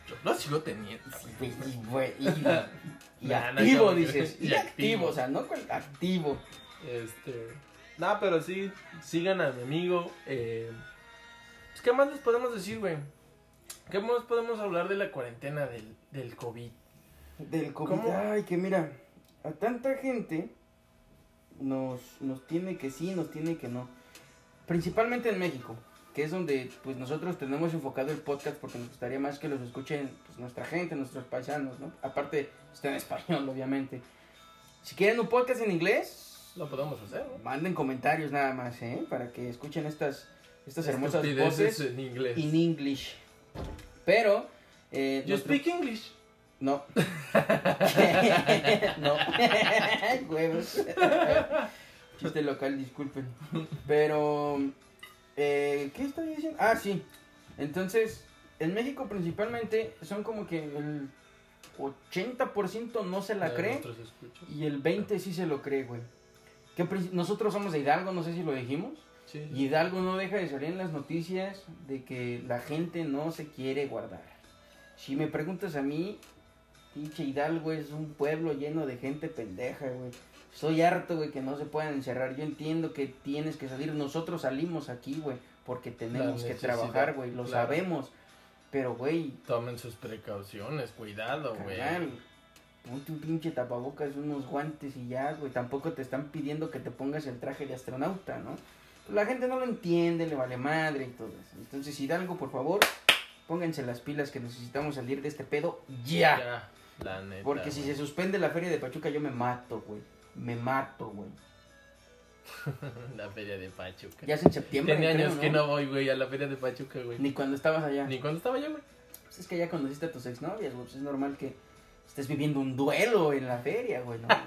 [SPEAKER 2] Yo lo sigo teniendo.
[SPEAKER 1] Y, y, Pues, güey, y- y
[SPEAKER 2] Nah, no,
[SPEAKER 1] activo,
[SPEAKER 2] como que-
[SPEAKER 1] dices. Y,
[SPEAKER 2] y
[SPEAKER 1] activo.
[SPEAKER 2] activo.
[SPEAKER 1] o sea, no cual- activo.
[SPEAKER 2] Este. No, pero sí, sigan a mi amigo. eh, pues, ¿Qué más les podemos decir, güey? ¿Qué más podemos hablar de la cuarentena del, del COVID?
[SPEAKER 1] Del COVID.
[SPEAKER 2] ¿Cómo?
[SPEAKER 1] Ay, que mira, a tanta gente nos, nos tiene que sí, nos tiene que no. Principalmente en México, que es donde pues nosotros tenemos enfocado el podcast porque nos gustaría más que los escuchen pues, nuestra gente, nuestros paisanos, ¿no? Aparte, está en español, obviamente. Si quieren un podcast en inglés,
[SPEAKER 2] Lo podemos hacer, ¿no?
[SPEAKER 1] Manden comentarios nada más, ¿eh? Para que escuchen estas, estas hermosas
[SPEAKER 2] Estupideces eh.
[SPEAKER 1] voces
[SPEAKER 2] en inglés.
[SPEAKER 1] in English. Pero... Eh,
[SPEAKER 2] You
[SPEAKER 1] nuestro-
[SPEAKER 2] speak English.
[SPEAKER 1] No. no. Huevos. Chiste local, disculpen. Pero... eh, ¿Qué estoy diciendo? Ah, sí. Entonces, en México principalmente son como que el 80% no se la
[SPEAKER 2] De
[SPEAKER 1] cree.
[SPEAKER 2] nuestros escuchas.
[SPEAKER 1] Y el 20 sí se lo cree, güey. Que pri- nosotros somos de Hidalgo, no sé si lo dijimos.
[SPEAKER 2] Sí.
[SPEAKER 1] Y Hidalgo no deja de salir en las noticias de que la gente no se quiere guardar. Si me preguntas a mí, pinche Hidalgo es un pueblo lleno de gente pendeja, güey. Estoy harto, güey, que no se puedan encerrar. Yo entiendo que tienes que salir. Nosotros salimos aquí, güey, porque tenemos que
[SPEAKER 2] necesidad,
[SPEAKER 1] trabajar, güey. Lo
[SPEAKER 2] claro.
[SPEAKER 1] sabemos. Pero, güey,
[SPEAKER 2] Tomen sus precauciones, cuidado, güey.
[SPEAKER 1] Carnal, ponte un pinche tapabocas, unos guantes y ya, güey. Tampoco te están pidiendo que te pongas el traje de astronauta, ¿no? Pues La gente no lo entiende, le vale madre y todo eso. Entonces, Hidalgo, por favor, pónganse las pilas que necesitamos salir de este pedo ya.
[SPEAKER 2] Ya, la neta.
[SPEAKER 1] Porque si
[SPEAKER 2] güey.
[SPEAKER 1] se suspende la feria de Pachuca, yo me mato, güey. Me mato, güey.
[SPEAKER 2] La feria de Pachuca.
[SPEAKER 1] Ya es en septiembre.
[SPEAKER 2] Tenía
[SPEAKER 1] creo,
[SPEAKER 2] años que no voy, güey, a la feria de Pachuca, güey.
[SPEAKER 1] Ni cuando estabas allá.
[SPEAKER 2] Ni cuando estaba yo, güey.
[SPEAKER 1] Pues es que ya conociste a tus exnovias, güey. Pues es normal que estés viviendo un duelo en la feria, güey. no, güey.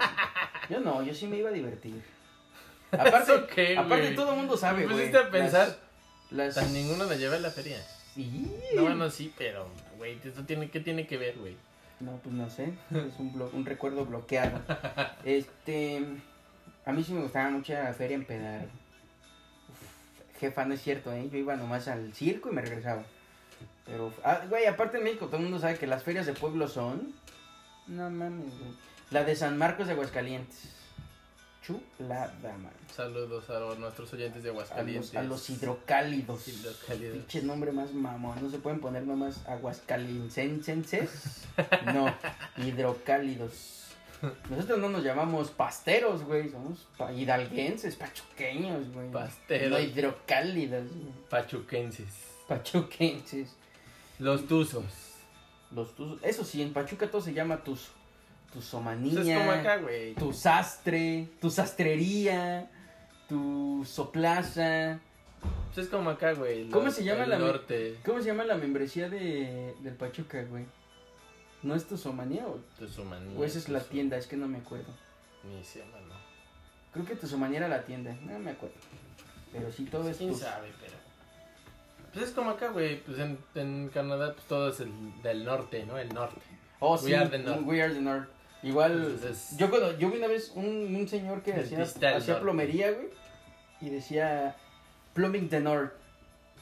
[SPEAKER 1] yo no, yo sí me iba a divertir. Aparte,
[SPEAKER 2] ¿Eso qué,
[SPEAKER 1] aparte
[SPEAKER 2] güey?
[SPEAKER 1] todo el mundo sabe,
[SPEAKER 2] Me
[SPEAKER 1] güey.
[SPEAKER 2] pusiste a pensar.
[SPEAKER 1] Las,
[SPEAKER 2] Tan ninguno la lleva a la feria.
[SPEAKER 1] Sí.
[SPEAKER 2] No,
[SPEAKER 1] No,
[SPEAKER 2] bueno, sí, pero, güey, ¿esto tiene, ¿qué tiene que ver, güey?
[SPEAKER 1] pues no sé. Es un, blo- un recuerdo bloqueado. Este. A mí sí me gustaba mucho ir a la feria en pedar. Jefa, no es cierto, ¿eh? Yo iba nomás al circo y me regresaba. Pero, ah, güey, aparte en México todo el mundo sabe que las ferias de pueblo son. No mames, güey. La de San Marcos de Aguascalientes. Chulada, man.
[SPEAKER 2] Saludos a nuestros oyentes de
[SPEAKER 1] A
[SPEAKER 2] Aguascalientes.
[SPEAKER 1] los, a los hidrocálidos.
[SPEAKER 2] Hidrocálidos.
[SPEAKER 1] Pinche nombre más mamón. No se pueden poner nomás aguascalincenses. No, hidrocálidos. Nosotros no nos llamamos pasteros, güey. Somos pa- hidalguenses, pachuqueños, güey.
[SPEAKER 2] Pasteros.
[SPEAKER 1] No hidrocálidos, güey.
[SPEAKER 2] Pachuquenses.
[SPEAKER 1] Pachuquenses.
[SPEAKER 2] Los tuzos.
[SPEAKER 1] Los tuzos. Eso sí, en Pachuca todo se llama tus. Tu
[SPEAKER 2] Pues es como acá,
[SPEAKER 1] somanía.
[SPEAKER 2] güey.
[SPEAKER 1] Tu sastre. Tu sastrería. Tu soplaza.
[SPEAKER 2] Pues es como acá, güey. el
[SPEAKER 1] ¿Cómo
[SPEAKER 2] nor-
[SPEAKER 1] se llama
[SPEAKER 2] el
[SPEAKER 1] la me-
[SPEAKER 2] norte?
[SPEAKER 1] ¿Cómo se llama la membresía de, del Pachuca, güey? ¿No es Tuzomanía o,
[SPEAKER 2] Tuzumanía,
[SPEAKER 1] o esa Pues es la
[SPEAKER 2] Tuzu-
[SPEAKER 1] tienda? Es que no me acuerdo.
[SPEAKER 2] Ni se llama, ¿no?
[SPEAKER 1] Creo que Tuzomanía era la tienda, no me acuerdo. Pero sí, todo es
[SPEAKER 2] ¿Quién
[SPEAKER 1] Tuz.
[SPEAKER 2] sabe, pero... Pues es como acá, güey. Pues en, en Canadá, pues todo es el, del norte, ¿no? El norte.
[SPEAKER 1] Oh,
[SPEAKER 2] We
[SPEAKER 1] sí,
[SPEAKER 2] are the North.
[SPEAKER 1] We Are the North. Igual,
[SPEAKER 2] Entonces-
[SPEAKER 1] yo cuando, yo vi una vez un, un señor que hacía,
[SPEAKER 2] Dentista del
[SPEAKER 1] hacía
[SPEAKER 2] Norte.
[SPEAKER 1] plomería, güey, y decía Plumbing the North,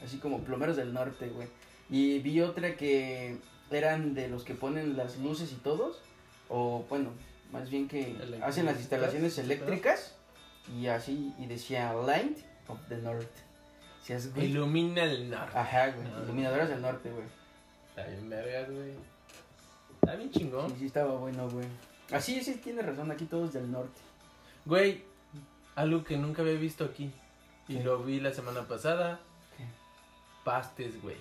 [SPEAKER 1] así como plomeros del norte, güey. Y vi otra que eran de los que ponen las luces y todos, o bueno, más bien que
[SPEAKER 2] Eléctricas,
[SPEAKER 1] hacen las instalaciones
[SPEAKER 2] ¿no?
[SPEAKER 1] eléctricas, y así, y decía Light of the North. Si es, güey.
[SPEAKER 2] Ilumina el norte.
[SPEAKER 1] Ajá, güey,
[SPEAKER 2] Ah.
[SPEAKER 1] iluminadoras del norte, güey.
[SPEAKER 2] Está bien vergas, güey. Está bien chingón.
[SPEAKER 1] Sí, sí estaba bueno, güey. Así, sí, tiene razón, aquí todos del norte.
[SPEAKER 2] Güey, algo que nunca había visto aquí. Y
[SPEAKER 1] ¿Qué?
[SPEAKER 2] lo vi la semana pasada.
[SPEAKER 1] ¿Qué?
[SPEAKER 2] Pastes, güey.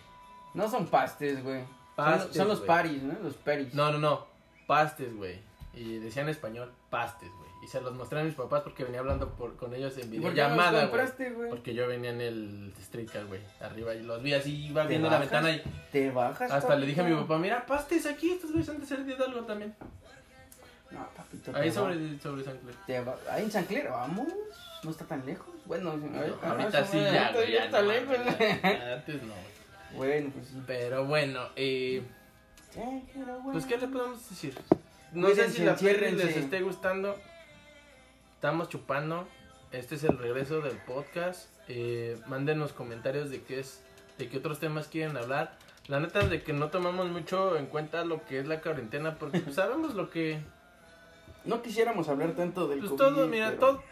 [SPEAKER 1] No son pastes, güey. Son- son,
[SPEAKER 2] Pastes,
[SPEAKER 1] los
[SPEAKER 2] Ah, güey.
[SPEAKER 1] paris, ¿no? Los paris.
[SPEAKER 2] No, no, no. Pastes, güey. Y decían en español, pastes, güey. Y se los mostré a mis papás porque venía hablando por, con ellos en
[SPEAKER 1] ¿Y por qué no los
[SPEAKER 2] videollamada, güey.
[SPEAKER 1] compraste, güey?
[SPEAKER 2] Porque yo venía en el streetcar, güey. Arriba y los vi así, iba
[SPEAKER 1] ¿Te
[SPEAKER 2] viendo la
[SPEAKER 1] bajas?
[SPEAKER 2] ventana y
[SPEAKER 1] Te bajas.
[SPEAKER 2] hasta le dije a mi
[SPEAKER 1] papito?
[SPEAKER 2] papá, mira, pastes aquí, estos güeyes han de ser de algo también.
[SPEAKER 1] No, papito. te
[SPEAKER 2] Ahí
[SPEAKER 1] ba-
[SPEAKER 2] sobre, sobre San Clemente.
[SPEAKER 1] te ba- Ahí en San Clero, vamos. No está tan lejos. Bueno, ah, ahorita,
[SPEAKER 2] ahorita sí ya, güey. ya
[SPEAKER 1] está
[SPEAKER 2] no
[SPEAKER 1] lejos.
[SPEAKER 2] mames, ya- Antes no, güey.
[SPEAKER 1] Bueno, pues sí.
[SPEAKER 2] Pero bueno, eh,
[SPEAKER 1] Sí, pero bueno.
[SPEAKER 2] pues ¿qué le podemos decir? No sé
[SPEAKER 1] Cuídense,
[SPEAKER 2] si la perry les
[SPEAKER 1] enciérrense.
[SPEAKER 2] esté gustando. Estamos chupando. Este es el regreso del podcast. Eh, mándenos comentarios de qué es, de qué otros temas quieren hablar. La neta es de que no tomamos mucho en cuenta lo que es la cuarentena porque pues, sabemos lo que
[SPEAKER 1] No quisiéramos hablar tanto del
[SPEAKER 2] pues
[SPEAKER 1] COVID.
[SPEAKER 2] todo, mira,
[SPEAKER 1] pero
[SPEAKER 2] todo-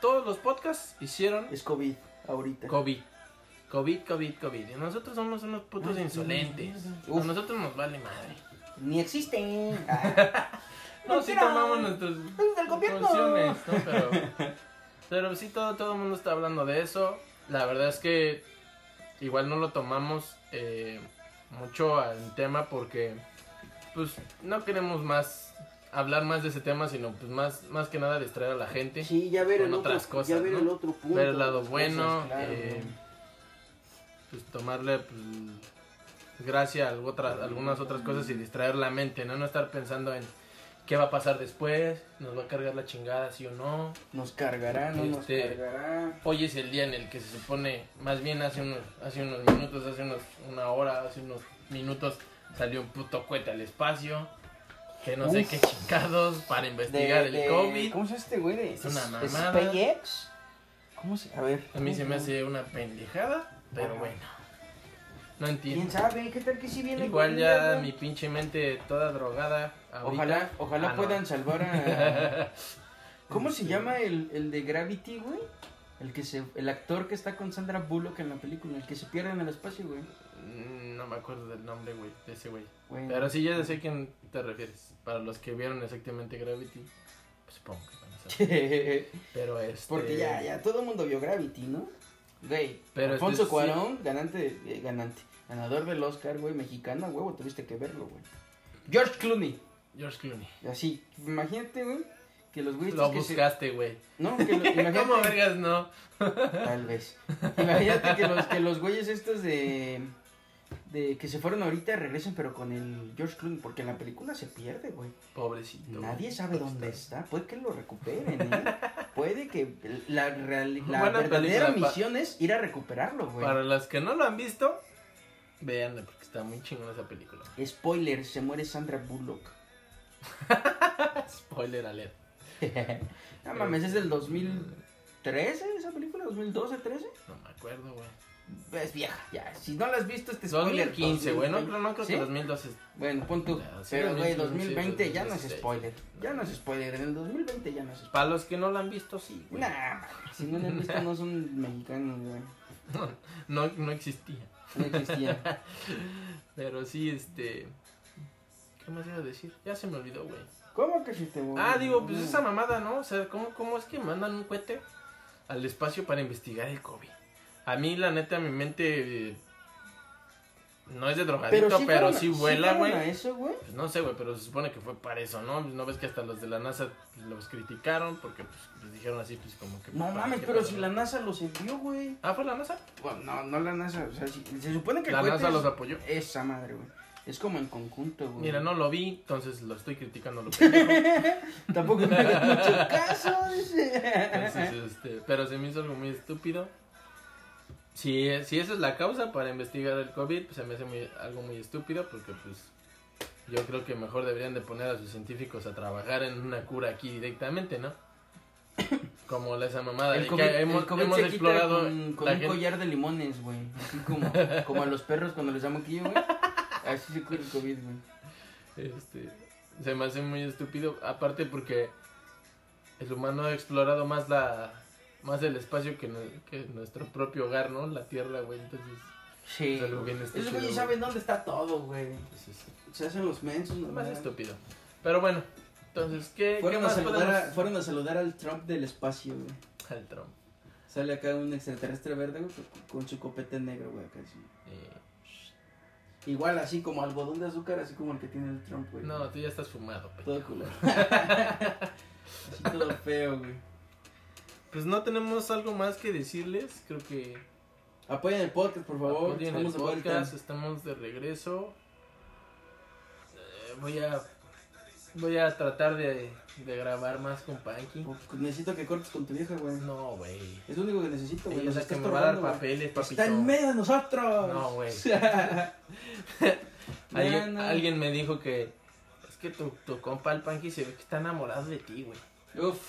[SPEAKER 2] todos los podcasts hicieron
[SPEAKER 1] Es COVID, ahorita.
[SPEAKER 2] COVID. COVID, COVID, COVID. Y nosotros somos unos putos
[SPEAKER 1] Ay,
[SPEAKER 2] insolentes.
[SPEAKER 1] Uf.
[SPEAKER 2] A nosotros nos vale madre.
[SPEAKER 1] Ni existen. Ah,
[SPEAKER 2] No, sí
[SPEAKER 1] Mentira.
[SPEAKER 2] tomamos nuestras
[SPEAKER 1] Es del gobierno.
[SPEAKER 2] precauciones, ¿no? Pero, pero sí, todo, todo el mundo está hablando de eso. La verdad es que igual no lo tomamos eh, mucho al tema porque pues no queremos más hablar más de ese tema, sino pues más, más que nada distraer a la gente.
[SPEAKER 1] sí, ya ver
[SPEAKER 2] Con
[SPEAKER 1] el otro,
[SPEAKER 2] otras cosas,
[SPEAKER 1] ya ver
[SPEAKER 2] ¿no?
[SPEAKER 1] el otro punto.
[SPEAKER 2] ver el lado
[SPEAKER 1] las
[SPEAKER 2] bueno,
[SPEAKER 1] cosas, claro,
[SPEAKER 2] eh,
[SPEAKER 1] ¿no?
[SPEAKER 2] pues tomarle pues, gracia a algo otra- algunas otras cosas y distraer la mente, ¿no? No estar pensando en qué va a pasar después, nos va a cargar la chingada, sí o no.
[SPEAKER 1] Nos cargará, no nos
[SPEAKER 2] Este-
[SPEAKER 1] cargará.
[SPEAKER 2] Hoy es el día en el que se supone, más bien hace unos, hace unos minutos, hace unos, una hora, hace unos minutos salió un puto cohete al espacio, que no sé
[SPEAKER 1] Uf.
[SPEAKER 2] qué chingados para investigar el
[SPEAKER 1] de-
[SPEAKER 2] COVID.
[SPEAKER 1] ¿Cómo se llama este güey? De,
[SPEAKER 2] Es una
[SPEAKER 1] ¿Es-
[SPEAKER 2] mamada.
[SPEAKER 1] ¿SpaceX? ¿Cómo se A ver.
[SPEAKER 2] A mí se me hace una pendejada, pero
[SPEAKER 1] Ajá.
[SPEAKER 2] bueno, no entiendo.
[SPEAKER 1] ¿Quién sabe? ¿Qué tal que si viene?
[SPEAKER 2] Igual
[SPEAKER 1] con
[SPEAKER 2] ya
[SPEAKER 1] ella,
[SPEAKER 2] mi
[SPEAKER 1] güey?
[SPEAKER 2] pinche mente toda drogada. ahorita.
[SPEAKER 1] Ojalá, ojalá
[SPEAKER 2] Ah, no.
[SPEAKER 1] puedan salvar a... ¿Cómo se
[SPEAKER 2] Este-
[SPEAKER 1] llama el, el de Gravity, güey? El que se... El actor que está con Sandra Bullock en la película. El que se pierde en el espacio, güey.
[SPEAKER 2] Mm, No me acuerdo del nombre, güey, de ese güey.
[SPEAKER 1] Güey,
[SPEAKER 2] Pero sí, ya sé a quién te refieres. Para los que vieron exactamente Gravity, pues supongo que van a saber. Pero este...
[SPEAKER 1] Porque ya, ya, todo el mundo vio Gravity, ¿no? Güey,
[SPEAKER 2] Pero
[SPEAKER 1] Alfonso
[SPEAKER 2] este sí-
[SPEAKER 1] Cuarón, ganante, eh, ganante, ganador del Oscar, güey, mexicano, huevo, tuviste que verlo, güey. George Clooney,
[SPEAKER 2] George Clooney.
[SPEAKER 1] así, imagínate, güey, que los güeyes
[SPEAKER 2] Lo
[SPEAKER 1] que se-
[SPEAKER 2] buscaste, güey.
[SPEAKER 1] No, que lo-
[SPEAKER 2] ¿Cómo
[SPEAKER 1] imagínate,
[SPEAKER 2] vergas no?
[SPEAKER 1] tal vez. Imagínate que los, que los güeyes estos de, de que se fueron ahorita regresen, pero con el George Clooney, porque en la película se pierde, güey.
[SPEAKER 2] Pobrecito. güey.
[SPEAKER 1] Nadie sabe dónde está. Puede que lo recuperen, ¿eh? Puede que la, reali- la
[SPEAKER 2] Buena
[SPEAKER 1] verdadera
[SPEAKER 2] película, pa-
[SPEAKER 1] misión es ir a recuperarlo, güey.
[SPEAKER 2] Para los que no lo han visto, véanla porque está muy chingona esa película.
[SPEAKER 1] Spoiler, se muere Sandra Bullock.
[SPEAKER 2] Spoiler alert.
[SPEAKER 1] no mames, es del 2013 esa película, 2012, 13.
[SPEAKER 2] No me acuerdo, güey.
[SPEAKER 1] Es vieja, ya. Si no la has visto, este spoiler.
[SPEAKER 2] 2015, güey. No, creo- no creo
[SPEAKER 1] ¿Sí?
[SPEAKER 2] que 2012
[SPEAKER 1] Bueno, pon tú.
[SPEAKER 2] Ya, sí,
[SPEAKER 1] Pero, güey,
[SPEAKER 2] 2015,
[SPEAKER 1] 2020 ya no es
[SPEAKER 2] 2016.
[SPEAKER 1] spoiler. Ya no es spoiler. En el 2020 ya no es spoiler.
[SPEAKER 2] Para los que no la han visto, sí, güey.
[SPEAKER 1] Nah, mames, si no la han visto, no son mexicanos, güey.
[SPEAKER 2] No, no existía.
[SPEAKER 1] No existía.
[SPEAKER 2] Pero sí, este. ¿Qué más iba a decir? Ya se me olvidó, güey.
[SPEAKER 1] ¿Cómo que si te voy?
[SPEAKER 2] Ah, digo, pues esa mamada, ¿no? O sea, ¿cómo, cómo es que mandan un cohete al espacio para investigar el COVID? A mí, la neta, mi mente. eh, No es de drogadito,
[SPEAKER 1] Pero
[SPEAKER 2] pero
[SPEAKER 1] sí,
[SPEAKER 2] sí,
[SPEAKER 1] fueron-
[SPEAKER 2] vuela,
[SPEAKER 1] fueron
[SPEAKER 2] güey.
[SPEAKER 1] a eso, güey?
[SPEAKER 2] Pues no sé, güey, pero se supone que fue para eso, ¿no? Pues no ves que hasta los de la NASA pues, los criticaron porque pues, les dijeron así, pues como que.
[SPEAKER 1] No
[SPEAKER 2] ¿para
[SPEAKER 1] mames,
[SPEAKER 2] qué
[SPEAKER 1] pero
[SPEAKER 2] pedo,
[SPEAKER 1] si
[SPEAKER 2] no?
[SPEAKER 1] la NASA los envió, güey.
[SPEAKER 2] Ah, fue la NASA.
[SPEAKER 1] Bueno, no, no la NASA. O sea, si- se supone que el
[SPEAKER 2] La
[SPEAKER 1] cohete
[SPEAKER 2] NASA
[SPEAKER 1] es-
[SPEAKER 2] los apoyó.
[SPEAKER 1] Esa madre, güey. Es como en conjunto, güey.
[SPEAKER 2] Mira, no lo vi, entonces lo estoy criticando. Lo pendejo.
[SPEAKER 1] Tampoco me hagas mucho caso, dice.
[SPEAKER 2] Entonces, este, pero se me hizo algo muy estúpido. Si, si esa es la causa para investigar el COVID, pues se me hace muy- algo muy estúpido porque pues yo creo que mejor deberían de poner a sus científicos a trabajar en una cura aquí directamente, ¿no? Como la- esa mamada de
[SPEAKER 1] El
[SPEAKER 2] que
[SPEAKER 1] COVID,
[SPEAKER 2] hemos,
[SPEAKER 1] el COVID
[SPEAKER 2] hemos
[SPEAKER 1] se quita
[SPEAKER 2] explorado
[SPEAKER 1] con, con
[SPEAKER 2] la
[SPEAKER 1] un
[SPEAKER 2] gente-
[SPEAKER 1] collar de limones, güey. Así como, como a los perros cuando les da moquillo, güey. Así se cura el COVID, güey.
[SPEAKER 2] Este, se me hace muy estúpido, aparte porque el humano ha explorado más la más el espacio que, nu- que nuestro propio hogar, ¿no? La Tierra, güey, entonces...
[SPEAKER 1] Sí.
[SPEAKER 2] Es algo bien estúpido,
[SPEAKER 1] Esos güeyes
[SPEAKER 2] güey.
[SPEAKER 1] saben dónde está todo, güey.
[SPEAKER 2] pues, es-
[SPEAKER 1] Se hacen los mensos,
[SPEAKER 2] es más
[SPEAKER 1] nomás.
[SPEAKER 2] estúpido. Pero bueno, entonces, ¿qué, qué
[SPEAKER 1] Fueron a,
[SPEAKER 2] más
[SPEAKER 1] saludar a-
[SPEAKER 2] podemos...?
[SPEAKER 1] fueron a saludar al Trump del espacio, güey.
[SPEAKER 2] Al Trump.
[SPEAKER 1] Sale acá un extraterrestre verde, güey, con- con su copete negro, güey, acá así.
[SPEAKER 2] Eh,
[SPEAKER 1] Igual así como algodón de azúcar, así como el que tiene el Trump, güey.
[SPEAKER 2] no, tú ya estás fumado,
[SPEAKER 1] Todo
[SPEAKER 2] pendejo.
[SPEAKER 1] culero. así todo feo, güey.
[SPEAKER 2] Pues no tenemos algo más que decirles, creo que...
[SPEAKER 1] Apoyen el podcast, por favor.
[SPEAKER 2] Apoyen el
[SPEAKER 1] Estamos de vuelta.
[SPEAKER 2] podcast, estamos de regreso. Eh, voy a voy a tratar de, de grabar más con Panky.
[SPEAKER 1] Pues, Necesito que cortes con tu vieja, güey.
[SPEAKER 2] No, güey.
[SPEAKER 1] Es lo único que necesito, güey.
[SPEAKER 2] Ella
[SPEAKER 1] Nos
[SPEAKER 2] es la
[SPEAKER 1] está
[SPEAKER 2] que me va a dar
[SPEAKER 1] estorbando, güey.
[SPEAKER 2] papeles, papito.
[SPEAKER 1] Está en medio de nosotros.
[SPEAKER 2] No, güey.
[SPEAKER 1] Ya,
[SPEAKER 2] Alguien,
[SPEAKER 1] no.
[SPEAKER 2] alguien me dijo que es que tu, tu compa el Panky se ve que está enamorado de ti, güey.
[SPEAKER 1] Uf.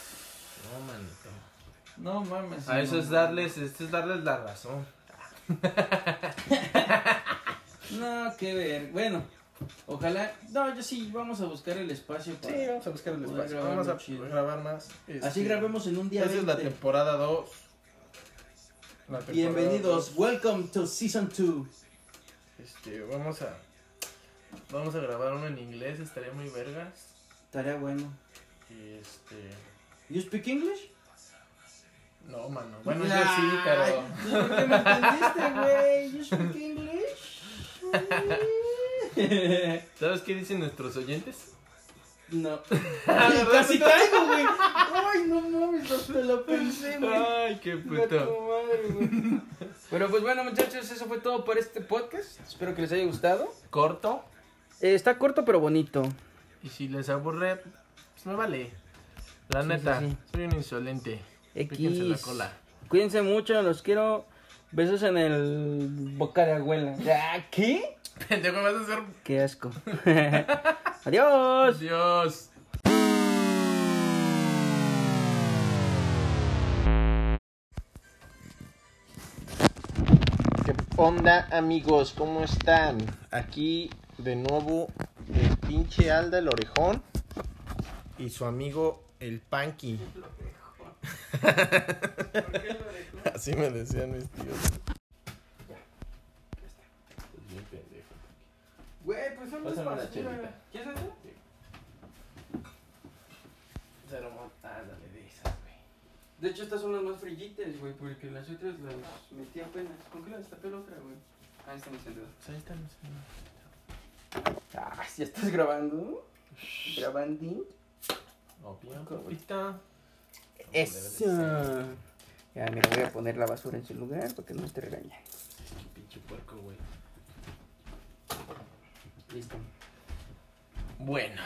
[SPEAKER 2] No, manito.
[SPEAKER 1] No mames.
[SPEAKER 2] A eso
[SPEAKER 1] no
[SPEAKER 2] es
[SPEAKER 1] mames.
[SPEAKER 2] darles, esto es darles la razón.
[SPEAKER 1] No, qué ver. Bueno, ojalá. No, yo sí, vamos a buscar el espacio para.
[SPEAKER 2] a buscar
[SPEAKER 1] el espacio. Vamos a
[SPEAKER 2] grabar más. este,
[SPEAKER 1] Así grabemos en un día. 20.
[SPEAKER 2] temporada 2.
[SPEAKER 1] Bienvenidos. Welcome to season 2.
[SPEAKER 2] Este, vamos a. Vamos a grabar uno en inglés, estaría muy vergas.
[SPEAKER 1] Estaría bueno.
[SPEAKER 2] Y este.
[SPEAKER 1] You speak English?
[SPEAKER 2] No, mano. Bueno, yo
[SPEAKER 1] Nah,
[SPEAKER 2] sí, pero.
[SPEAKER 1] ¿Por qué me entendiste, güey? You speak English?
[SPEAKER 2] ¿Sabes qué dicen nuestros oyentes?
[SPEAKER 1] No. Casi caigo, güey. Ay, no mames, hasta lo pensé, güey.
[SPEAKER 2] Ay, qué puto.
[SPEAKER 1] Pero pues bueno muchachos, eso fue todo por este podcast. Espero que les haya gustado. Eh,
[SPEAKER 2] Corto.
[SPEAKER 1] está corto pero bonito.
[SPEAKER 2] Y si les aburre, pues me vale. La
[SPEAKER 1] Sí,
[SPEAKER 2] neta,
[SPEAKER 1] sí, sí.
[SPEAKER 2] soy un insolente. Píquense la
[SPEAKER 1] Equis.
[SPEAKER 2] cola.
[SPEAKER 1] Cuídense mucho, los quiero. Besos en el boca de abuela. Ah, ¿Qué?
[SPEAKER 2] Pendejo, vas a hacer.
[SPEAKER 1] Qué asco. Adiós.
[SPEAKER 2] Dios.
[SPEAKER 3] ¿Qué onda amigos? ¿Cómo están? Aquí de nuevo el pinche Alda el Orejón y su amigo el Panky. Así me decían mis tíos.
[SPEAKER 1] Güey, pues son
[SPEAKER 2] Pásame una chelita.
[SPEAKER 1] ¿Quieres eso?
[SPEAKER 2] Pero, ándale de esas, güey.
[SPEAKER 1] De hecho, estas son las más frillitas, güey, porque las otras las metí apenas. ¿Con qué las tapé la otra, güey? Ah, está mi celular.
[SPEAKER 2] Pues ahí están, sí.
[SPEAKER 1] Ah, ¿ya estás grabando? ¿Grabando?
[SPEAKER 2] Opinión, papita.
[SPEAKER 1] Eso. Ya, mira, voy a poner la basura en su lugar para que no te regañen.
[SPEAKER 2] Pinche puerco, güey.
[SPEAKER 1] Listo.
[SPEAKER 2] Bueno.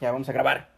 [SPEAKER 1] Ya, vamos a grabar.